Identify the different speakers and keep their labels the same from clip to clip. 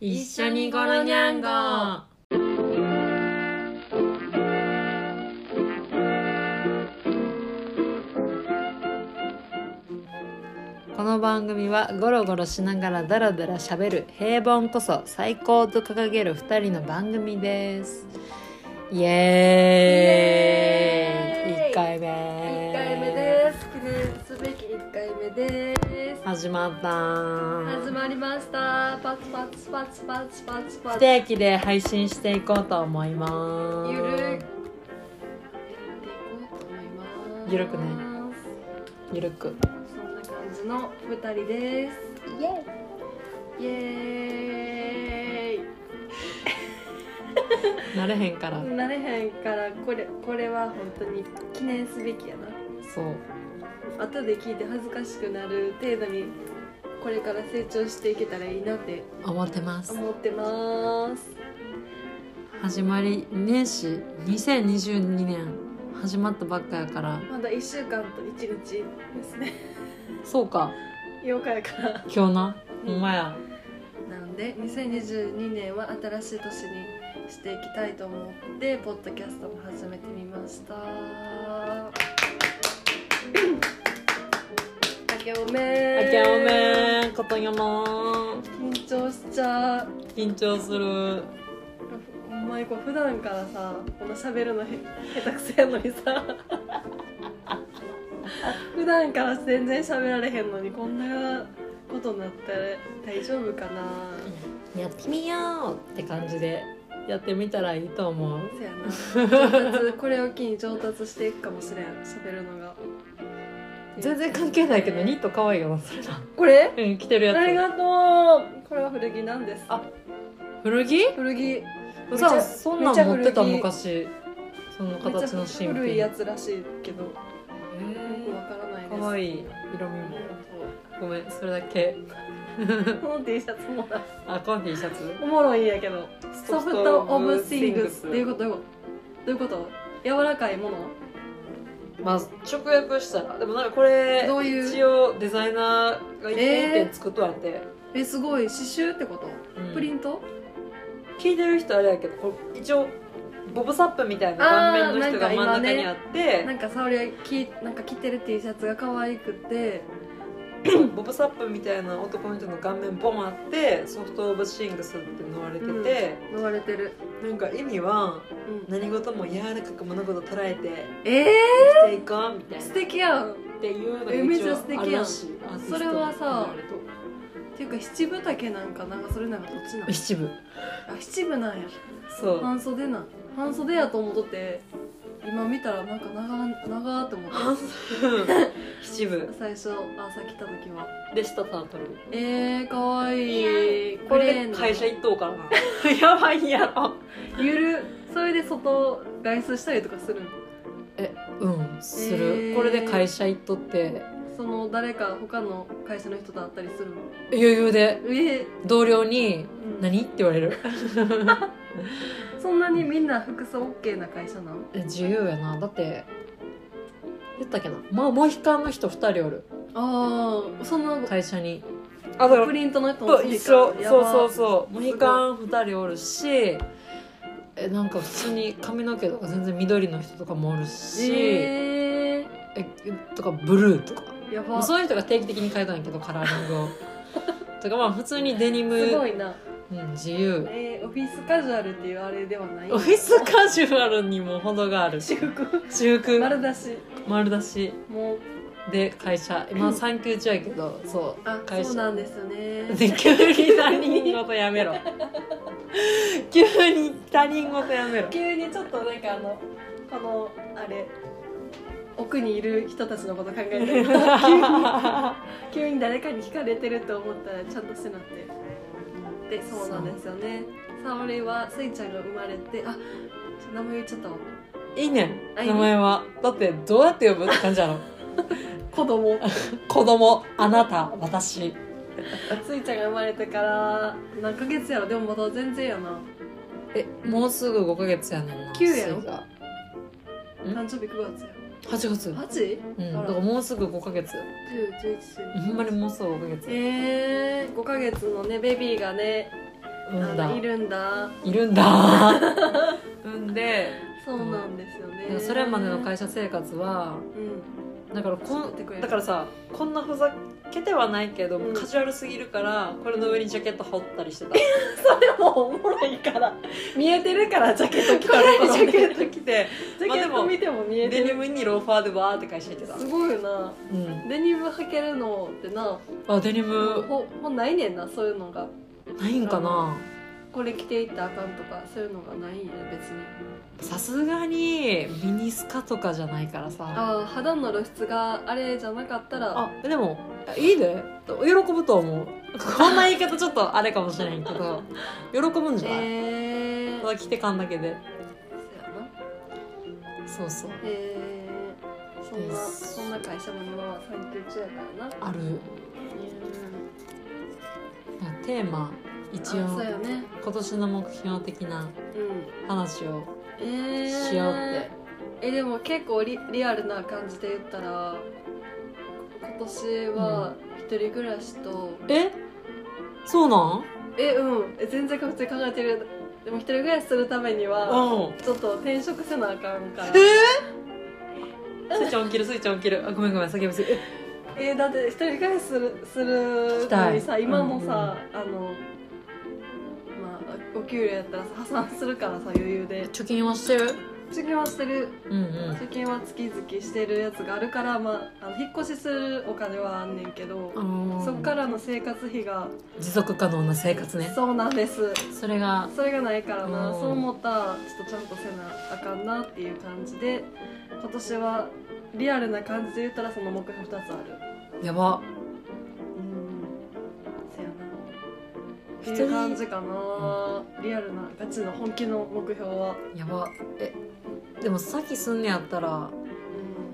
Speaker 1: 一緒にゴロニャンゴこの番組はゴロゴロしながらダラダラ喋る平凡こそ最高と掲げる2人の番組ですイエーイ
Speaker 2: イエーイ
Speaker 1: 1回目
Speaker 2: 一回目です記念すべき一回目です
Speaker 1: 始まった
Speaker 2: 始まりましたパツパツパツパツパツパ
Speaker 1: 不
Speaker 2: ツゆ
Speaker 1: 定期で配信していこうと思います
Speaker 2: るやっていこうと思います
Speaker 1: ゆるくねゆるく
Speaker 2: そんな感じの二人ですイエーイイエ
Speaker 1: なれへんから
Speaker 2: ーイなれへんからこれこれは本当に記念すべきやな
Speaker 1: そう
Speaker 2: 後で聞いて恥ずかしくなる程度にこれから成長していけたらいいなって
Speaker 1: 思ってます
Speaker 2: 思ってます
Speaker 1: 始まり年始2022年始まったばっかやから
Speaker 2: まだ1週間と1日ですね
Speaker 1: そうか
Speaker 2: 8日やから
Speaker 1: 今日な
Speaker 2: うん
Speaker 1: ほんまや
Speaker 2: なんで2022年は新しい年にしていきたいと思ってポッドキャストも始めてみました 明けお
Speaker 1: あ
Speaker 2: め
Speaker 1: けおめんことやま
Speaker 2: 緊張しちゃう
Speaker 1: 緊張する
Speaker 2: お前こう普段からさこの喋るのへ下手くそやのに さ普段から全然喋られへんのにこんなことになったら大丈夫かな
Speaker 1: やってみようって感じでやってみたらいいと思う
Speaker 2: そやな上達これを機に上達していくかもしれん喋るのが
Speaker 1: 全然関係ないけどニット可愛いよなそれな
Speaker 2: これ
Speaker 1: うん着てる
Speaker 2: あり
Speaker 1: や
Speaker 2: がとうこれは古着なんです
Speaker 1: あつ古着
Speaker 2: 古着めちゃ
Speaker 1: さそんなん持ってた
Speaker 2: めちゃ
Speaker 1: 昔その
Speaker 2: めっ
Speaker 1: 形
Speaker 2: ちゃ
Speaker 1: の新品
Speaker 2: 古いやつらしいけどよくわ
Speaker 1: へ
Speaker 2: からない
Speaker 1: ー
Speaker 2: です
Speaker 1: 可愛い色味もごめんそれだけ
Speaker 2: この T シャツもな
Speaker 1: あコン T シャツ
Speaker 2: おもろいんやけどソフト・オブ・シングスどういうことどういうこと柔らかいもの
Speaker 1: まあ直訳したらでもなんかこれ
Speaker 2: どういう
Speaker 1: 一応デザイナーが一点一点作っとやって、
Speaker 2: えすごい刺繍ってこと、
Speaker 1: うん
Speaker 2: プリント
Speaker 1: 聞いてる人あれやけどこれ一応ボブサップみたいな
Speaker 2: あー
Speaker 1: 顔面の人が
Speaker 2: なんか
Speaker 1: 真
Speaker 2: 今
Speaker 1: ん
Speaker 2: ね
Speaker 1: 中にあって、
Speaker 2: なんか沙織がきなんか着てる T シャツが可愛くて
Speaker 1: そうボブサップみたいな男の人の顔面ボンあってソフト・オブ・シングスって乗われてて、
Speaker 2: 縫われてる、
Speaker 1: なんか意味は
Speaker 2: うん、
Speaker 1: 何事も柔らかく物事を捉えて
Speaker 2: え
Speaker 1: 生きていこうみたいな
Speaker 2: ー、素敵やんっ
Speaker 1: っていうのが
Speaker 2: えめっちゃ素
Speaker 1: 一応あ
Speaker 2: 敵
Speaker 1: る
Speaker 2: やん
Speaker 1: らしいアーティスト
Speaker 2: それはさ
Speaker 1: によると
Speaker 2: ていうか七分丈なんかなんかそれなんかどっちなん
Speaker 1: 七分
Speaker 2: あ七分なんや
Speaker 1: そう
Speaker 2: 半袖なん半袖やと思っとって今見たらなんか長長ーって思って
Speaker 1: 半分七分
Speaker 2: 最初朝来た時は
Speaker 1: でしたタートル
Speaker 2: えー、かわいい
Speaker 1: こ
Speaker 2: グレ
Speaker 1: れ
Speaker 2: ー
Speaker 1: で
Speaker 2: の
Speaker 1: 会社行っとうからな やばいやろ
Speaker 2: ゆるそれで外外出したりとかするの
Speaker 1: うんする
Speaker 2: る
Speaker 1: こ
Speaker 2: こ
Speaker 1: れ
Speaker 2: れ
Speaker 1: で
Speaker 2: で
Speaker 1: 会
Speaker 2: 会
Speaker 1: 社行っとって
Speaker 2: その誰か他の会社の人と会ったりするの
Speaker 1: 余裕で
Speaker 2: えー
Speaker 1: 同僚に
Speaker 2: うん
Speaker 1: 何って言われ る
Speaker 2: そんなにみんな服装 OK な会社なの
Speaker 1: 自由やなだって言ったっけなまあモヒカンの人2人おる
Speaker 2: ああその
Speaker 1: 会社にあだ
Speaker 2: プリントの人
Speaker 1: と一緒
Speaker 2: や
Speaker 1: そう
Speaker 2: ば
Speaker 1: そうそうモヒカン2人おるしえなんか普通に髪の毛とか全然緑の人とかもおるし、え
Speaker 2: え
Speaker 1: とかブルーとか
Speaker 2: ー、やばす
Speaker 1: そういう人が定期的に変えたんやけどカラーリングを とかまあ普通にデニム
Speaker 2: ごいな
Speaker 1: うん、自由
Speaker 2: えー、オフィスカジュアルっていうあれではない
Speaker 1: オフィスカジュアルにも程がある
Speaker 2: 私服
Speaker 1: 私服
Speaker 2: 丸出し
Speaker 1: 丸出し
Speaker 2: もう
Speaker 1: で会社今産休中やけどそう
Speaker 2: あ
Speaker 1: 会社
Speaker 2: そうなんですよね
Speaker 1: で急に他人事や めろ急に他人事やめろ
Speaker 2: 急にちょっとなんかあのこのあれ奥にいる人たちのこと考え てる急に急に誰かに惹かれてると思ったらちゃんとしてなってでそうなんですよね沙織はスイちゃんが生まれてあちょ名前言っちゃったわ
Speaker 1: いいねん
Speaker 2: あいい
Speaker 1: 名前はだってどうやって呼ぶって感じ やろ
Speaker 2: 子供
Speaker 1: 子供あなた私
Speaker 2: スイちゃんが生まれてから何ヶ月やろでもまだ全然やな
Speaker 1: えもうすぐ5ヶ月やねんな
Speaker 2: 九やろ
Speaker 1: 次がん
Speaker 2: 誕生日9月や
Speaker 1: 8月
Speaker 2: 8?101112
Speaker 1: うん
Speaker 2: あら
Speaker 1: だからもうすぐ5ヶ月ほんまにもうすぐ5ヶ月
Speaker 2: えー、5ヶ月のねベビーがね
Speaker 1: 産ん
Speaker 2: あ
Speaker 1: だ
Speaker 2: のいるんだ
Speaker 1: いるん だ産んで
Speaker 2: そうなんですよね、
Speaker 1: なんかそれまでの会社生活は
Speaker 2: うん
Speaker 1: だからこ
Speaker 2: 作ってくれ
Speaker 1: ん
Speaker 2: る
Speaker 1: だからさこんなふざけてはないけど、
Speaker 2: うん
Speaker 1: カジュアルすぎるからこれの上にジャケット羽織ったりしてた
Speaker 2: それもおもろいから 見えてるからジャケット着たの
Speaker 1: これジャケット着て
Speaker 2: ジャケット見ても見えて
Speaker 1: デニ
Speaker 2: る、
Speaker 1: ムにローファーでバーって会社行ってた、
Speaker 2: すごいよな
Speaker 1: うん、
Speaker 2: デニム履けるのってな
Speaker 1: あデニム
Speaker 2: ほほないねんなそういうのが
Speaker 1: ないんかな
Speaker 2: これ着ていったらあかんとかそういうのがないんや別に
Speaker 1: さすがにミニスカとかじゃないからさ
Speaker 2: ああ肌の露出があれじゃなかったら
Speaker 1: あでもいいで喜ぶと思うこんな言い方ちょっとあれかもしれんけど喜ぶんじゃない、
Speaker 2: えー
Speaker 1: ただ着てかんだけで
Speaker 2: そうやな
Speaker 1: そうそう
Speaker 2: えー、そんな
Speaker 1: です
Speaker 2: そんな会社も今は産休中やからな
Speaker 1: あるなんかテーマ一
Speaker 2: あ
Speaker 1: 応
Speaker 2: そうよね
Speaker 1: 今年の目標的な
Speaker 2: うん
Speaker 1: 話を
Speaker 2: えー、
Speaker 1: しようって
Speaker 2: えでも結構リリアルな感じで言ったら今年は一人暮らしと、
Speaker 1: えそうなん
Speaker 2: えうんえ全然普通に考えてるでも一人暮らしするためには
Speaker 1: うん
Speaker 2: ちょっと転職せなあかんから
Speaker 1: えスイちゃん起きるスイちゃん起きるあごめんごめん叫びすぎ
Speaker 2: えーだって一人暮らしするする
Speaker 1: した
Speaker 2: の
Speaker 1: い
Speaker 2: にさ今もさ、あのまあお給料やったらさ破産するからさ余裕で
Speaker 1: 貯金はしてる
Speaker 2: 貯金はしてる
Speaker 1: うんうん
Speaker 2: 貯金は月々してるやつがあるから、まあ、あの引っ越しするお金はあんねんけど、
Speaker 1: あのー
Speaker 2: そっからの生活費が、
Speaker 1: 持続可能な生活ね
Speaker 2: そうなんです
Speaker 1: それが
Speaker 2: それがないからな、
Speaker 1: うん
Speaker 2: そう思ったらちょっとちゃんとせなあかんなっていう感じで今年はリアルな感じで言ったらその目標2つある
Speaker 1: やば
Speaker 2: うんせやなって
Speaker 1: 一
Speaker 2: い
Speaker 1: 人
Speaker 2: う感じかなリアルなガチの本気の目標は、
Speaker 1: やばえでもさっきすんねやったら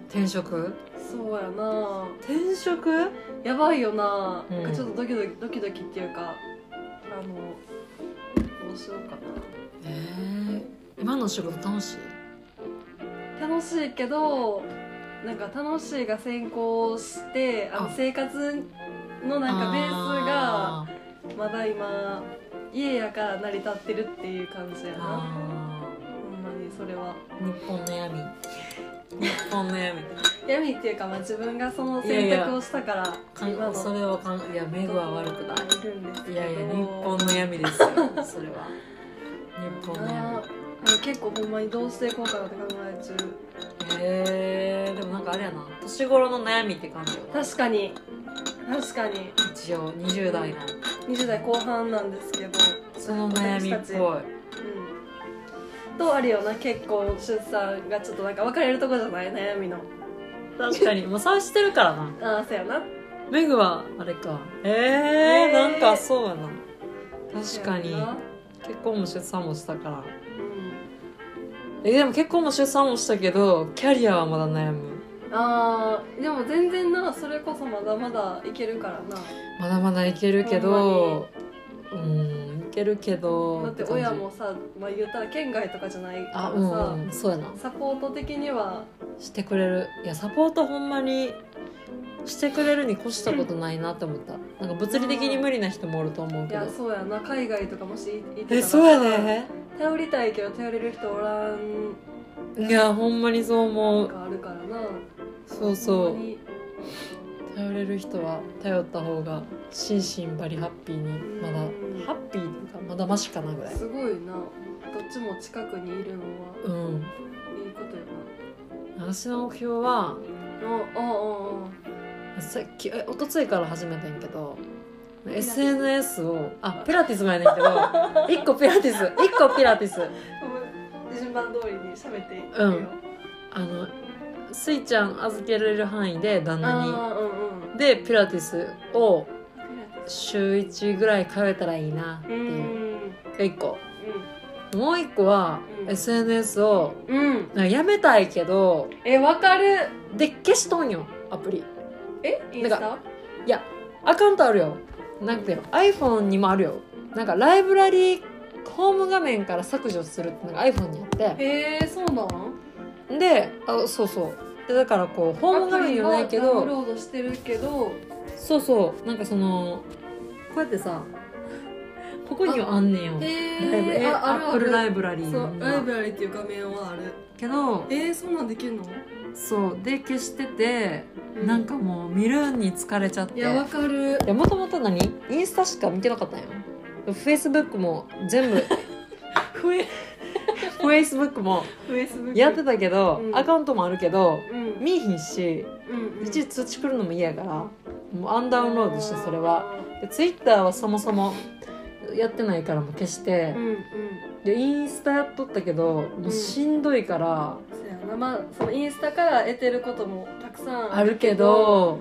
Speaker 1: 転職
Speaker 2: そうやな
Speaker 1: 転職
Speaker 2: やばいよな,、
Speaker 1: うん
Speaker 2: なんかちょっとドキドキドキドキっていうかあのどうしようか
Speaker 1: えー、今の仕事楽しい
Speaker 2: な楽しいけどなんか楽しいが先行してあの
Speaker 1: あ
Speaker 2: 生活のなんかベースがまだ今家やから成り立ってるっていう感じや
Speaker 1: あー
Speaker 2: な
Speaker 1: あ
Speaker 2: ほんまにそれは
Speaker 1: ー日本の闇日本の闇
Speaker 2: 闇っていうか、まあ、自分がその
Speaker 1: いやい
Speaker 2: 選
Speaker 1: や
Speaker 2: 択をしたから
Speaker 1: か
Speaker 2: 今の
Speaker 1: んそれをかんいやメグは悪くない
Speaker 2: いるんですけど
Speaker 1: いやいや日本の闇ですよそれは日本の闇
Speaker 2: あーでも結構ほんまにどうしていこうかなって考え中
Speaker 1: へえー、でもなんかあれやな年頃の悩みって感じよ
Speaker 2: 確かに確かに
Speaker 1: 一応20代の
Speaker 2: 20代後半なんですけど
Speaker 1: その悩みっぽい
Speaker 2: うんとあるよな結構出産がちょっとなんか別れるとこじゃない悩みの
Speaker 1: 確かにもう察してるからな
Speaker 2: ああそうやな
Speaker 1: メグはあれかえー、
Speaker 2: えー
Speaker 1: なんかそうやな確かに
Speaker 2: そうやな
Speaker 1: 結婚も出産もしたから
Speaker 2: うん
Speaker 1: えでも結婚も出産もしたけどキャリアはまだ悩む
Speaker 2: あーでも全然なそれこそまだまだいけるからな
Speaker 1: まだまだいけるけどうんいけるけど
Speaker 2: だって
Speaker 1: 感じ
Speaker 2: 親もさ、まあ、言ったら県外とかじゃないから
Speaker 1: あ
Speaker 2: さ、
Speaker 1: うん、うん、そうやな
Speaker 2: サポート的には
Speaker 1: してくれるいやサポートほんまにしてくれるに越したことないなって思ったなんか物理的に無理な人もおると思う
Speaker 2: い
Speaker 1: けど
Speaker 2: やそうやな海外とかもしい行ってたら
Speaker 1: え
Speaker 2: さ
Speaker 1: そうやね
Speaker 2: 頼りたいけど頼れる人おらん
Speaker 1: いやほんまにそう思う
Speaker 2: があるからな
Speaker 1: そう
Speaker 2: ほ
Speaker 1: そ
Speaker 2: んま
Speaker 1: う
Speaker 2: に
Speaker 1: 頼れる人は頼った方が心身バリハッピーにまだ
Speaker 2: うん
Speaker 1: ハッピーというかまだマシかなぐらい
Speaker 2: すごいなどっちも近くにいるのは
Speaker 1: うん
Speaker 2: いいことよ
Speaker 1: 私の目標は
Speaker 2: なおおお
Speaker 1: さっきえ一昨日から始めたんやけど
Speaker 2: ラティス
Speaker 1: SNS をあピラティスもやねんけど1個ピラティス1個ピラティス
Speaker 2: お順番通りに喋っていく
Speaker 1: うんあのスイちゃん預けられる範囲で旦那
Speaker 2: あーうんうん
Speaker 1: にでピラティスを
Speaker 2: ピラティス
Speaker 1: 週1ぐらい通えたらいいなって
Speaker 2: うん
Speaker 1: いう1個もう1個は
Speaker 2: うん
Speaker 1: SNS を
Speaker 2: うんうん
Speaker 1: なんかやめたいけど
Speaker 2: えわかる
Speaker 1: で消しとんよアプリ
Speaker 2: えインスタ
Speaker 1: いやアカウントあるよなんていうの iPhone にもあるよなんかライブラリーホーム画面から削除するってのが iPhone にあって
Speaker 2: へえそうなん
Speaker 1: であそうそうでだからこうホーム画面じゃないけ
Speaker 2: アプリはダウン
Speaker 1: ど
Speaker 2: ロードしてるけど
Speaker 1: そうそうなんかそのこうやってさここにはあんねんよライブ
Speaker 2: へ
Speaker 1: え
Speaker 2: え
Speaker 1: アップルライブラリー
Speaker 2: そ
Speaker 1: の
Speaker 2: うライブラリーっていう画面はある
Speaker 1: けど
Speaker 2: えー、そんなんできるの、
Speaker 1: そうで消してて、
Speaker 2: う
Speaker 1: なんかもう見るんに疲れちゃって
Speaker 2: いやわかる
Speaker 1: もともと何インスタしか見てなかったんよフェイスブックも全 部フェフェイスブックも
Speaker 2: フェイスブック
Speaker 1: やってたけど、
Speaker 2: うん
Speaker 1: アカウントもあるけど
Speaker 2: うんうん
Speaker 1: 見えひんし
Speaker 2: うん
Speaker 1: うち通知来るのも嫌やからもうアンダウンロードしてそれは
Speaker 2: あ
Speaker 1: でツイッターはそもそもやってないからもう消して
Speaker 2: ーうんうん
Speaker 1: でインスタやっとったけどもうしんどいから
Speaker 2: そうやなまあそのインスタから得てることもたくさん
Speaker 1: あるけど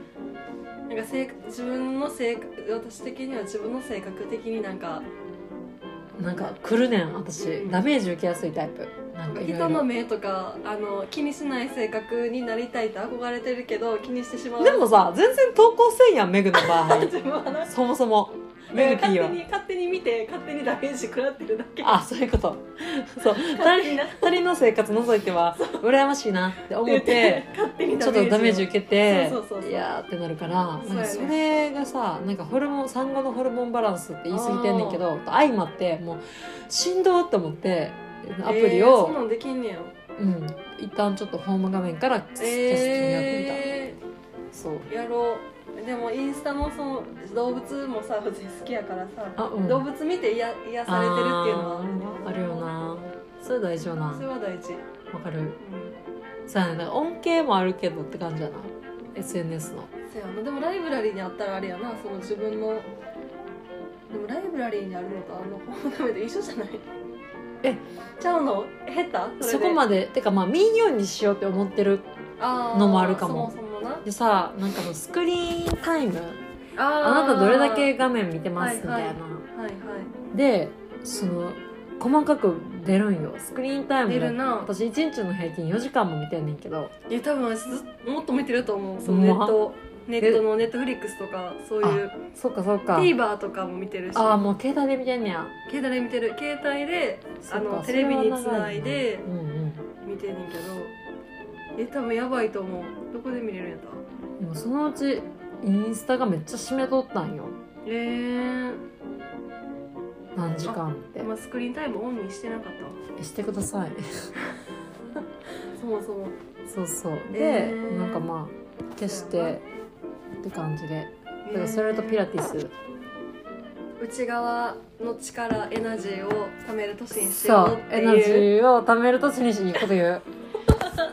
Speaker 2: なんか性格自分の性格私的には自分の性格的になんか
Speaker 1: なんか来るねん私ダメージ受けやすいタイプなんかいろ
Speaker 2: 人
Speaker 1: い
Speaker 2: の
Speaker 1: ろ
Speaker 2: 目とかあの気にしない性格になりたいって憧れてるけど気にしてしまう
Speaker 1: でもさ全然投稿せんやんメグの場合
Speaker 2: 自分はな
Speaker 1: そもそもメグティー
Speaker 2: 勝手
Speaker 1: は
Speaker 2: に勝手に見て勝手にダメージ食らってるだけ
Speaker 1: あそういうことそう他
Speaker 2: 勝手
Speaker 1: 人
Speaker 2: にな
Speaker 1: 他人の生活覗いては羨ましいなって思って
Speaker 2: 勝手に
Speaker 1: ちょっとダメージ受けて
Speaker 2: そうそうそうそう
Speaker 1: いやーってなるから
Speaker 2: そう
Speaker 1: な
Speaker 2: や
Speaker 1: ん
Speaker 2: ね
Speaker 1: かそれがさなんかホルモン産後のホルモンバランスって言い過ぎてんねんけど相まってもうしんどーって思ってアプリ
Speaker 2: えー、そん
Speaker 1: を、
Speaker 2: なんできんねや
Speaker 1: うん、一旦ちょっとホーム画面から消す消す気になってみた、
Speaker 2: え
Speaker 1: そう
Speaker 2: ー、やろうでもインスタのその動物もさ私好きやからさ
Speaker 1: あうん
Speaker 2: 動物見て癒癒されてるっていうのは
Speaker 1: あーあるよなそれ大事よな
Speaker 2: それは大事、
Speaker 1: わかる
Speaker 2: うん
Speaker 1: そうやねなんか恩恵もあるけどって感じやな SNS の
Speaker 2: そうやなでもライブラリーにあったらあれやなその自分のでもライブラリーにあるのとあのホーム画面で一緒じゃない
Speaker 1: え
Speaker 2: ちゃうの減ったれで
Speaker 1: そこまでてかまあ見んようにしようって思ってる
Speaker 2: あー
Speaker 1: のもあるかも
Speaker 2: そもそもな
Speaker 1: でさなんかもうスクリーンタイムあ
Speaker 2: あ
Speaker 1: なたどれだ
Speaker 2: は
Speaker 1: け
Speaker 2: い
Speaker 1: 画面見てますみたいな、
Speaker 2: はい
Speaker 1: でその細かく出るんよスクリーンタイム
Speaker 2: 出
Speaker 1: で
Speaker 2: るな
Speaker 1: 私1日の平均4時間も見てんねんけど
Speaker 2: いや多分私ずっもっと見てると思うその
Speaker 1: ほん
Speaker 2: ネ
Speaker 1: ま
Speaker 2: ットネットのネットフリックスとかそういう
Speaker 1: そうかそうか
Speaker 2: TVer とかも見てるし
Speaker 1: ああもう携帯で見てんねや
Speaker 2: 携帯で見てる携帯であ
Speaker 1: そっ
Speaker 2: の
Speaker 1: か
Speaker 2: テレビにつないで
Speaker 1: それは長いねうんうん
Speaker 2: 見てんねんけどえ多分やばいと思うどこで見れるんやった
Speaker 1: でもそのうちインスタがめっちゃ締めとったんよ
Speaker 2: えー、
Speaker 1: 何時間って
Speaker 2: まあスクリーンタイムオンにしてなかった
Speaker 1: えしてください
Speaker 2: そもそも
Speaker 1: そうそうで、
Speaker 2: えー
Speaker 1: なんかまあ消してって感じでだからそれとピラティス
Speaker 2: 内側の力エナジーを貯める年にし
Speaker 1: そ
Speaker 2: よう
Speaker 1: う
Speaker 2: って
Speaker 1: エナジ
Speaker 2: いう
Speaker 1: ーを貯める年にしいいこと言う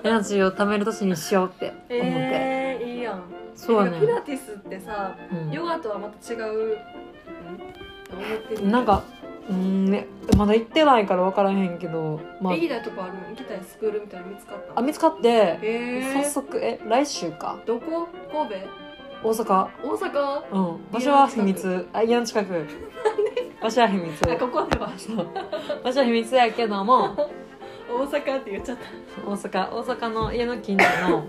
Speaker 1: エナジーを貯める年にしようって思って、
Speaker 2: えー、いいやん
Speaker 1: そうやね
Speaker 2: てかピラティスってさ
Speaker 1: うん
Speaker 2: ヨガとはまた違う、うん、思ってる
Speaker 1: なんかうんねまだ行ってないから分からへんけど、ま
Speaker 2: 行きたいとこあるの行きたいスクールみたいなの見つかっ
Speaker 1: あ、あ
Speaker 2: た
Speaker 1: 見つかって、
Speaker 2: えー、
Speaker 1: 早速え来週か
Speaker 2: どこ神戸
Speaker 1: 大阪
Speaker 2: 大阪
Speaker 1: うん場所は秘密あ家の近 く場所は秘密
Speaker 2: あここでは
Speaker 1: そう場所は秘密やけども
Speaker 2: 大阪って言っちゃった
Speaker 1: 大阪大阪の家の近所の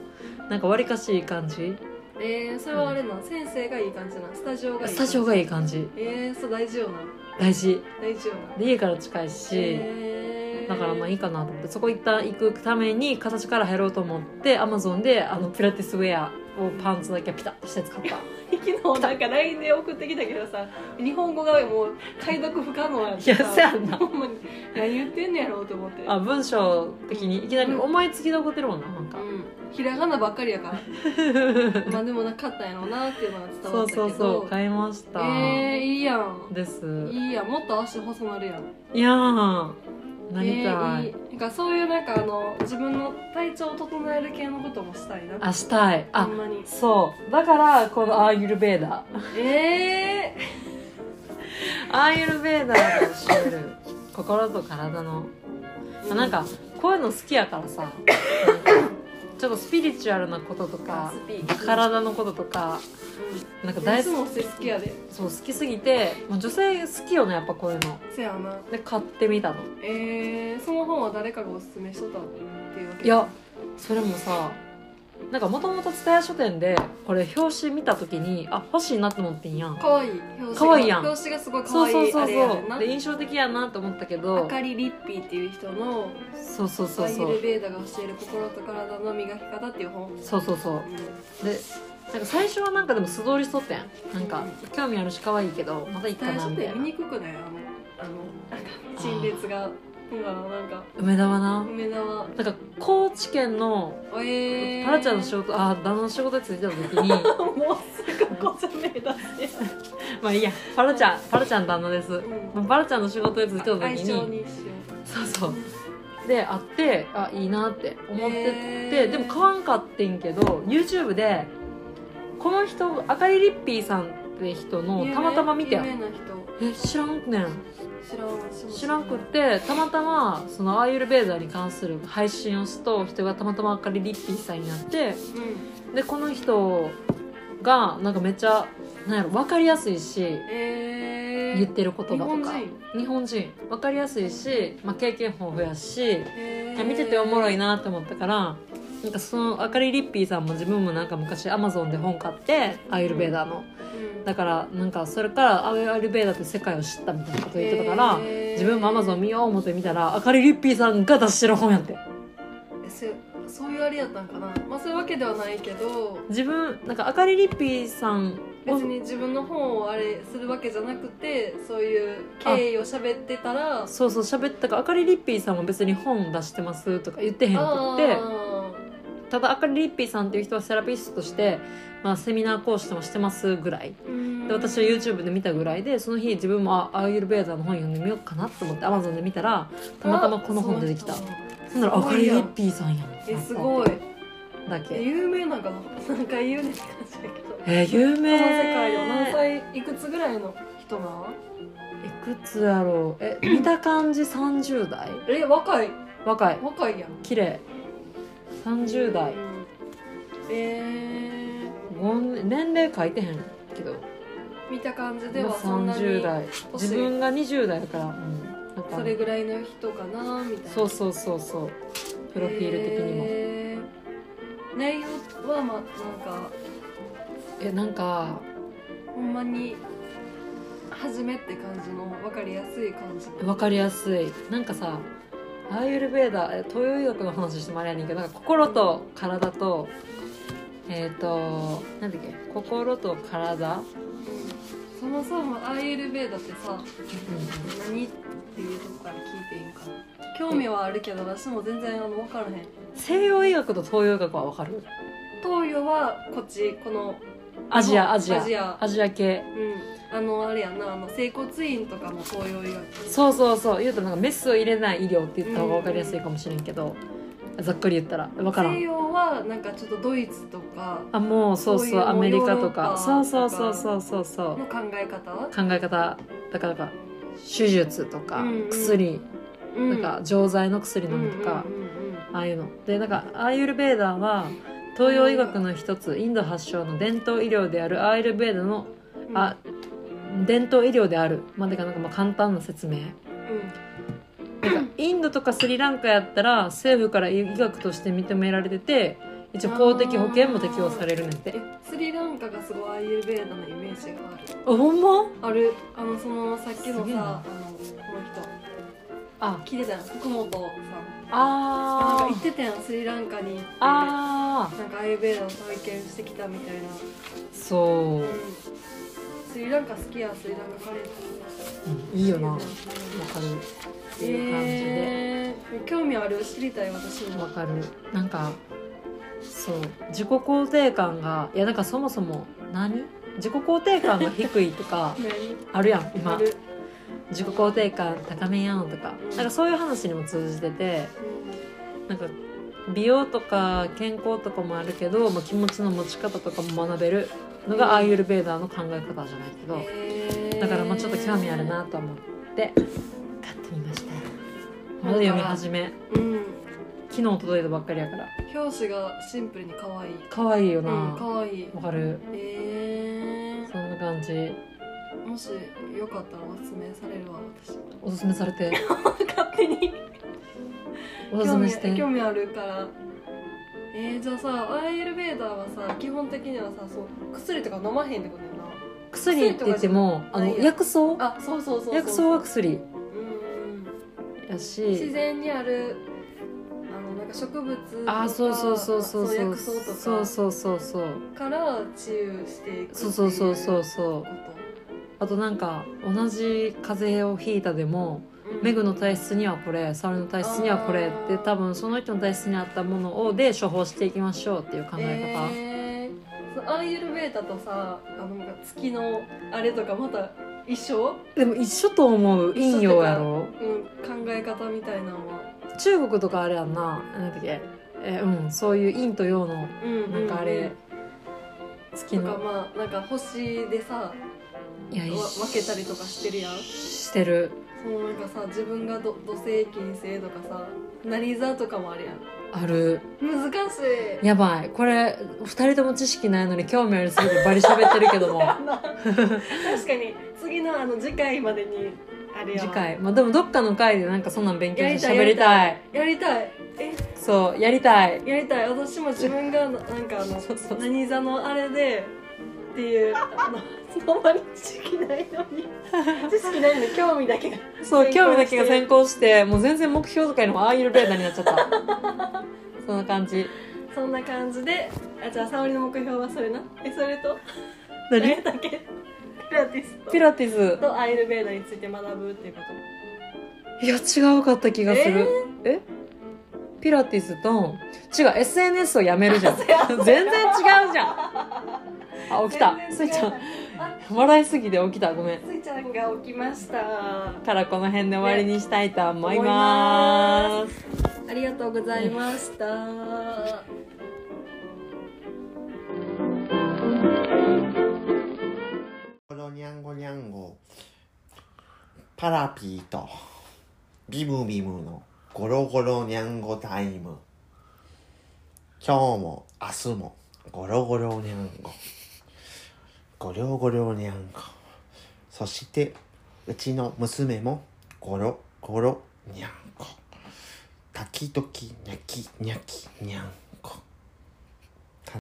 Speaker 1: なんかわりかしいい感じ
Speaker 2: えー、それはあれな、先生がいい感じなスタジオがいい
Speaker 1: スタジオがいい感じ
Speaker 2: えー、そう大事よな
Speaker 1: 大事
Speaker 2: 大事よな
Speaker 1: で家から近いし、
Speaker 2: えー
Speaker 1: だからまあいいかなと思ってそこ一旦行くために形から入ろうと思ってアマゾンであのピラティスウェアをパンツだけピタッとして使った
Speaker 2: 昨日なんか LINE で送ってきたけどさ日本語がもう解読不可能やん
Speaker 1: いやそうやんな
Speaker 2: ほんまに何言ってんねやろうと思って
Speaker 1: あ文章的にいきなり
Speaker 2: うん
Speaker 1: 思いつきで怒ってるもんな なんか
Speaker 2: うんひらがなばっかりやからまあでもなかったんやろうなっていうのは伝
Speaker 1: そ
Speaker 2: わっ
Speaker 1: う
Speaker 2: たけ
Speaker 1: そ
Speaker 2: ど
Speaker 1: うそう買いました、
Speaker 2: えー、いいやん
Speaker 1: です
Speaker 2: いいやんもっと足細なるやん
Speaker 1: いやーなり
Speaker 2: え
Speaker 1: たい、
Speaker 2: ーいいなんかそういうなんかあの自分の体調を整える系のこともしたいな
Speaker 1: あしたいあ
Speaker 2: ほんまに
Speaker 1: そうだからこのアーユルベーダー
Speaker 2: ええ
Speaker 1: アーユルベーダーを教える心と体の
Speaker 2: ー
Speaker 1: なんかこういうの好きやから さなんかちょっとスピリチュアルなこととか
Speaker 2: スピ
Speaker 1: 体のこととかなんか
Speaker 2: 大
Speaker 1: 大
Speaker 2: 好
Speaker 1: 好
Speaker 2: も好きやで
Speaker 1: そう好きすぎて、まあ、女性好きよねやっぱこういうの
Speaker 2: せやな
Speaker 1: で買ってみたの
Speaker 2: えー、その本は誰かがおすすめしとったっていうわけ
Speaker 1: いやそれもさなんかもともと蔦屋書店でこれ表紙見た時にあ欲しいなって思ってんやん
Speaker 2: 可愛い表紙が
Speaker 1: 可愛いやん
Speaker 2: 表紙がすごい可
Speaker 1: そう
Speaker 2: 愛い
Speaker 1: そうそう
Speaker 2: あれやねん
Speaker 1: そう
Speaker 2: な
Speaker 1: で印象的やなって思ったけ
Speaker 2: あ
Speaker 1: ど
Speaker 2: かりリッピーっていう人の
Speaker 1: そうそうそ
Speaker 2: ア
Speaker 1: う
Speaker 2: イ
Speaker 1: そ
Speaker 2: ル
Speaker 1: う
Speaker 2: ベーダが教える心と体の磨き方っていう本、うん、
Speaker 1: そうそうそうでなんか最初はなんかでも素通りしとってんなんか興味あるし可愛いけどまたいいか
Speaker 2: 最
Speaker 1: な
Speaker 2: 初っ
Speaker 1: みたい
Speaker 2: て
Speaker 1: な
Speaker 2: 見にくくないあのの陳列が今はなんか
Speaker 1: 梅田はな
Speaker 2: 梅田は
Speaker 1: なんか高知県の
Speaker 2: えー、
Speaker 1: タラちゃんの仕事あ旦那の仕事でついてた時 に
Speaker 2: もうすぐごちゃめだし、
Speaker 1: まあいいやパラちゃんパラちゃん旦那です
Speaker 2: う
Speaker 1: もうパラちゃんの仕事でついてた
Speaker 2: ん、愛
Speaker 1: 時
Speaker 2: 称
Speaker 1: に
Speaker 2: にしよ
Speaker 1: そうそうで会ってあいいなって思ってて、
Speaker 2: へー
Speaker 1: でも買わんかってんけど YouTube でこの人赤いリッピーさんって人
Speaker 2: う
Speaker 1: の
Speaker 2: 有名
Speaker 1: たまたま見て
Speaker 2: 有
Speaker 1: ん
Speaker 2: 名な
Speaker 1: え知らんくねん
Speaker 2: 人知らん私も
Speaker 1: 知らんくってたまたまそのアーユルベーダーに関する配信をすると人がたまたま赤いリッピーさんになって
Speaker 2: うん
Speaker 1: でこの人がなんかめっちゃなんやろ分かりやすいし
Speaker 2: えー、
Speaker 1: 言ってる言葉とか
Speaker 2: 日本人
Speaker 1: 日本人分かりやすいし、まあ、経験豊富やし
Speaker 2: え
Speaker 1: い
Speaker 2: ー、
Speaker 1: や見てておもろいなって思ったからなんかそのあかりリッピーさんも自分もなんか昔アマゾンで本買ってアーユルベーダーの
Speaker 2: うん、
Speaker 1: だからなんかそれからアーユルベーダーって世界を知ったみたいなこと言ってたから、
Speaker 2: えー
Speaker 1: 自分もアマゾン見よう思って見たらあかりリッピーさんが出してる本やって
Speaker 2: えそそういうあれやったんかなまあそういうわけではないけど
Speaker 1: 自分なんかあかりリッピーさんを
Speaker 2: 別に自分の本をあれするわけじゃなくてそういう経緯を喋ってたらあ
Speaker 1: そうそう喋ったからあかりリッピーさんも別に本出してますとか言ってへんく
Speaker 2: あ
Speaker 1: ってただあかりリッピーさんっていう人はセラピストとして、まあ、セミナー講師ともしてますぐらい
Speaker 2: ー
Speaker 1: で私は YouTube で見たぐらいでその日自分もあアーユルベーダーの本読んでみようかなと思って Amazon で見たらたまたまこの本出てきた
Speaker 2: あそ
Speaker 1: ほ
Speaker 2: うなん
Speaker 1: んなら
Speaker 2: す
Speaker 1: あ
Speaker 2: ご
Speaker 1: か
Speaker 2: い
Speaker 1: りリ
Speaker 2: やん
Speaker 1: ッピーさんやん
Speaker 2: えすごい
Speaker 1: だけ
Speaker 2: 有名なんかななんか有名って感じだけどこ
Speaker 1: えー、有
Speaker 2: の
Speaker 1: 名
Speaker 2: 世界を何歳いくつぐらいの人なん
Speaker 1: いくつやろうえ見た感じ30代
Speaker 2: え若い
Speaker 1: 若い
Speaker 2: 若いやん
Speaker 1: 綺麗30代
Speaker 2: うんえ
Speaker 1: ごん年齢書いてへんけど
Speaker 2: ー、見た感じで
Speaker 1: ま
Speaker 2: は
Speaker 1: あ
Speaker 2: そんなに
Speaker 1: 30代自分が20代だから、うん、なんか
Speaker 2: それぐらいの人かなみたいな
Speaker 1: そうそうそうそうプロフィール的にも
Speaker 2: へー内容はまあなんか
Speaker 1: えなんか
Speaker 2: ほんまに初めって感じの分かりやすい感じ
Speaker 1: 分かりやすいなんかさアーユルベーダーえ東洋医学の話してもあれやねんけどなんか心と体とえっ、となんだっけ心と体、
Speaker 2: そもそもアーユルベーダってさ
Speaker 1: う
Speaker 2: 何っていうとこから聞いていいんかな興味はあるけど私も全然あの分からへん
Speaker 1: ん、西洋医学と東洋医学は分かる
Speaker 2: 東洋はこっちこの
Speaker 1: アジ
Speaker 2: こ
Speaker 1: ア
Speaker 2: の
Speaker 1: アジア
Speaker 2: アジア
Speaker 1: アジア系
Speaker 2: うんあのあれやなあの整骨院とかも東洋医学
Speaker 1: そうそうそう言うとなんかメスを入れない医療って言った方が分かりやすいかもしれんけど、ざっくり言ったら分からん
Speaker 2: 西洋はなんかちょっとドイツとか
Speaker 1: あもうそうそう
Speaker 2: そういう
Speaker 1: アメリカと
Speaker 2: ヨーロッ
Speaker 1: か
Speaker 2: パ
Speaker 1: そうそうそうそうそうそう
Speaker 2: の考え方
Speaker 1: 考え方だからなんか手術とか、
Speaker 2: うんうん
Speaker 1: 薬
Speaker 2: な
Speaker 1: なんか錠剤の薬飲むとか、ああいうのでなんかアーユルベーダーは東洋医学の一つインド発祥の伝統医療であるアーユルベーダーの、あ伝統医療であるまあだからなんかまあ簡単な説明なんかインドとかスリランカやったら政府から医学として認められてて一応公的保険も適用されるねんて
Speaker 2: えスリランカがすごいアーユルベーダのイメージがある
Speaker 1: あほんま
Speaker 2: あるあのそのさっきの
Speaker 1: すげえな
Speaker 2: さあのこの
Speaker 1: あ
Speaker 2: 人聞いてたやん福本さんなんか
Speaker 1: あ
Speaker 2: 行ってたやんスリランカに行ってなんか
Speaker 1: あー
Speaker 2: アーユルベーダの体験してきたみたいな、
Speaker 1: そう
Speaker 2: うん、スリランカ好きやスリランカカレー
Speaker 1: うんいいよなわ
Speaker 2: 好
Speaker 1: か
Speaker 2: き
Speaker 1: るっていう感じで。
Speaker 2: えー、興味ある知りたい私も
Speaker 1: わかるなんかそう自己肯定感がいやなんかそもそも何自己肯定感が低いとか あるやん
Speaker 2: 何
Speaker 1: 今
Speaker 2: ある、
Speaker 1: 自己肯定感高めやんとかなんかそういう話にも通じててなんか美容とか健康とかもあるけど、まあ、気持ちの持ち方とかも学べるの
Speaker 2: うん
Speaker 1: がアーユルベーダーの考え方じゃないけ
Speaker 2: うん
Speaker 1: ど
Speaker 2: えー
Speaker 1: だからまあちょっと興味あるなと思って買ってみましたまだ読み始め
Speaker 2: うん
Speaker 1: 昨日届いたばっかりやから
Speaker 2: 表紙がシンプルに可愛い
Speaker 1: 可愛いよ
Speaker 2: う
Speaker 1: な、
Speaker 2: ん可愛い
Speaker 1: わかる
Speaker 2: え
Speaker 1: そんな感じ
Speaker 2: ー、もしよかったらおすすめされるわ私
Speaker 1: おすすめされて
Speaker 2: 勝手に
Speaker 1: おすす
Speaker 2: 興
Speaker 1: めして
Speaker 2: 味興味あるからえー、じゃあさアーユルベーダーはさ基本的にはさそう薬とか飲まへんってことや
Speaker 1: 薬って言っても
Speaker 2: 薬とか
Speaker 1: あ
Speaker 2: じゃない
Speaker 1: の薬草
Speaker 2: なあそうそうそうそう
Speaker 1: 薬草は薬
Speaker 2: うん
Speaker 1: や
Speaker 2: 自
Speaker 1: し
Speaker 2: 然にあるあのなんか植物とか
Speaker 1: あーそうそうそうそう
Speaker 2: そう
Speaker 1: そ
Speaker 2: 薬
Speaker 1: う
Speaker 2: 草とか
Speaker 1: そうそうそうそう
Speaker 2: から治癒していくってい
Speaker 1: そ
Speaker 2: う
Speaker 1: うそうそうそうそう
Speaker 2: こと
Speaker 1: ああとなんか同じ風邪をひいたでもメグの体質にはこれサルの体質にはこれって多分その人の体質に合ったものをで処方していきましょうっていう考え方、
Speaker 2: えーそうアーユルベータとさあのなんか月のあれとかまた一緒、
Speaker 1: でも一緒と思う
Speaker 2: 一緒
Speaker 1: 陰陽やろ
Speaker 2: うん、考え方みたいなのは、
Speaker 1: 中国とかあれやんな何だっけえうんそういう陰と陽の
Speaker 2: うんうう
Speaker 1: なんかあれ、月
Speaker 2: とか
Speaker 1: の
Speaker 2: まあなんか星でさ
Speaker 1: いや
Speaker 2: わ分けたりとかしてるやん
Speaker 1: してる
Speaker 2: そのなんかさ自分がど土星金星とかさ何座とかもあるやん
Speaker 1: ある
Speaker 2: 難しい
Speaker 1: やばいこれ2人とも知識ないのに興味ありすぎてバリ喋ってるけども
Speaker 2: な確かに次のあの次回までにあれやわ
Speaker 1: 次回、まあ、でもどっかの回でなんかそんなん勉強
Speaker 2: やり
Speaker 1: して
Speaker 2: たい
Speaker 1: 喋りたい
Speaker 2: やりたいえ
Speaker 1: そうやりた い
Speaker 2: やりたい私も自分がななんかあの
Speaker 1: そうそう
Speaker 2: 何座のあれでっていうあのそんなに知識ないの に知識ないのに興味だけが
Speaker 1: そう
Speaker 2: 先行して
Speaker 1: 興味だけが先行してもう全然目標とかよりもアーユルベーダになっちゃった そんな感じ
Speaker 2: そんな感じであじゃあ沙織の目標はそれなえそれとあ
Speaker 1: 何
Speaker 2: れだけピラティスと
Speaker 1: ピラティス
Speaker 2: とアイルベーダについて学ぶっていうこ
Speaker 1: いや違うかった気がするえピラティスと違う SNS をやめるじゃん全然違う じゃんあ
Speaker 2: と
Speaker 1: 起きた
Speaker 2: 全
Speaker 1: ス
Speaker 2: 然
Speaker 1: イ
Speaker 2: 違
Speaker 1: ちゃ
Speaker 2: うん
Speaker 1: 笑いすぎて起きたごめん
Speaker 2: スイちゃんが起きました
Speaker 1: からこの辺で終わりにしたいと思い
Speaker 2: 思い
Speaker 1: ま
Speaker 2: ますありがとうございました
Speaker 3: このにゃんごにゃんごパラピーとビムビムのゴロゴロにゃんごタイム今日も明日もゴロゴロにゃんごゴロゴロにゃんごそしてうちの娘もゴロゴロにゃんご時々にゃきにゃきにゃん